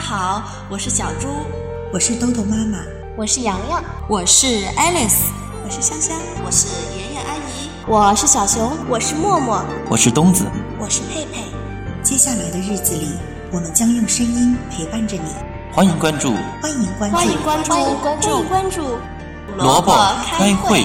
好，我是小猪，我是豆豆妈妈，我是洋洋，我是 Alice，我是香香，我是妍妍阿姨，我是小熊，我是默默，我是东子，我是佩佩。接下来的日子里，我们将用声音陪伴着你。欢迎关注，欢迎关注，欢迎关注，欢迎关注，欢迎关注。萝卜开会。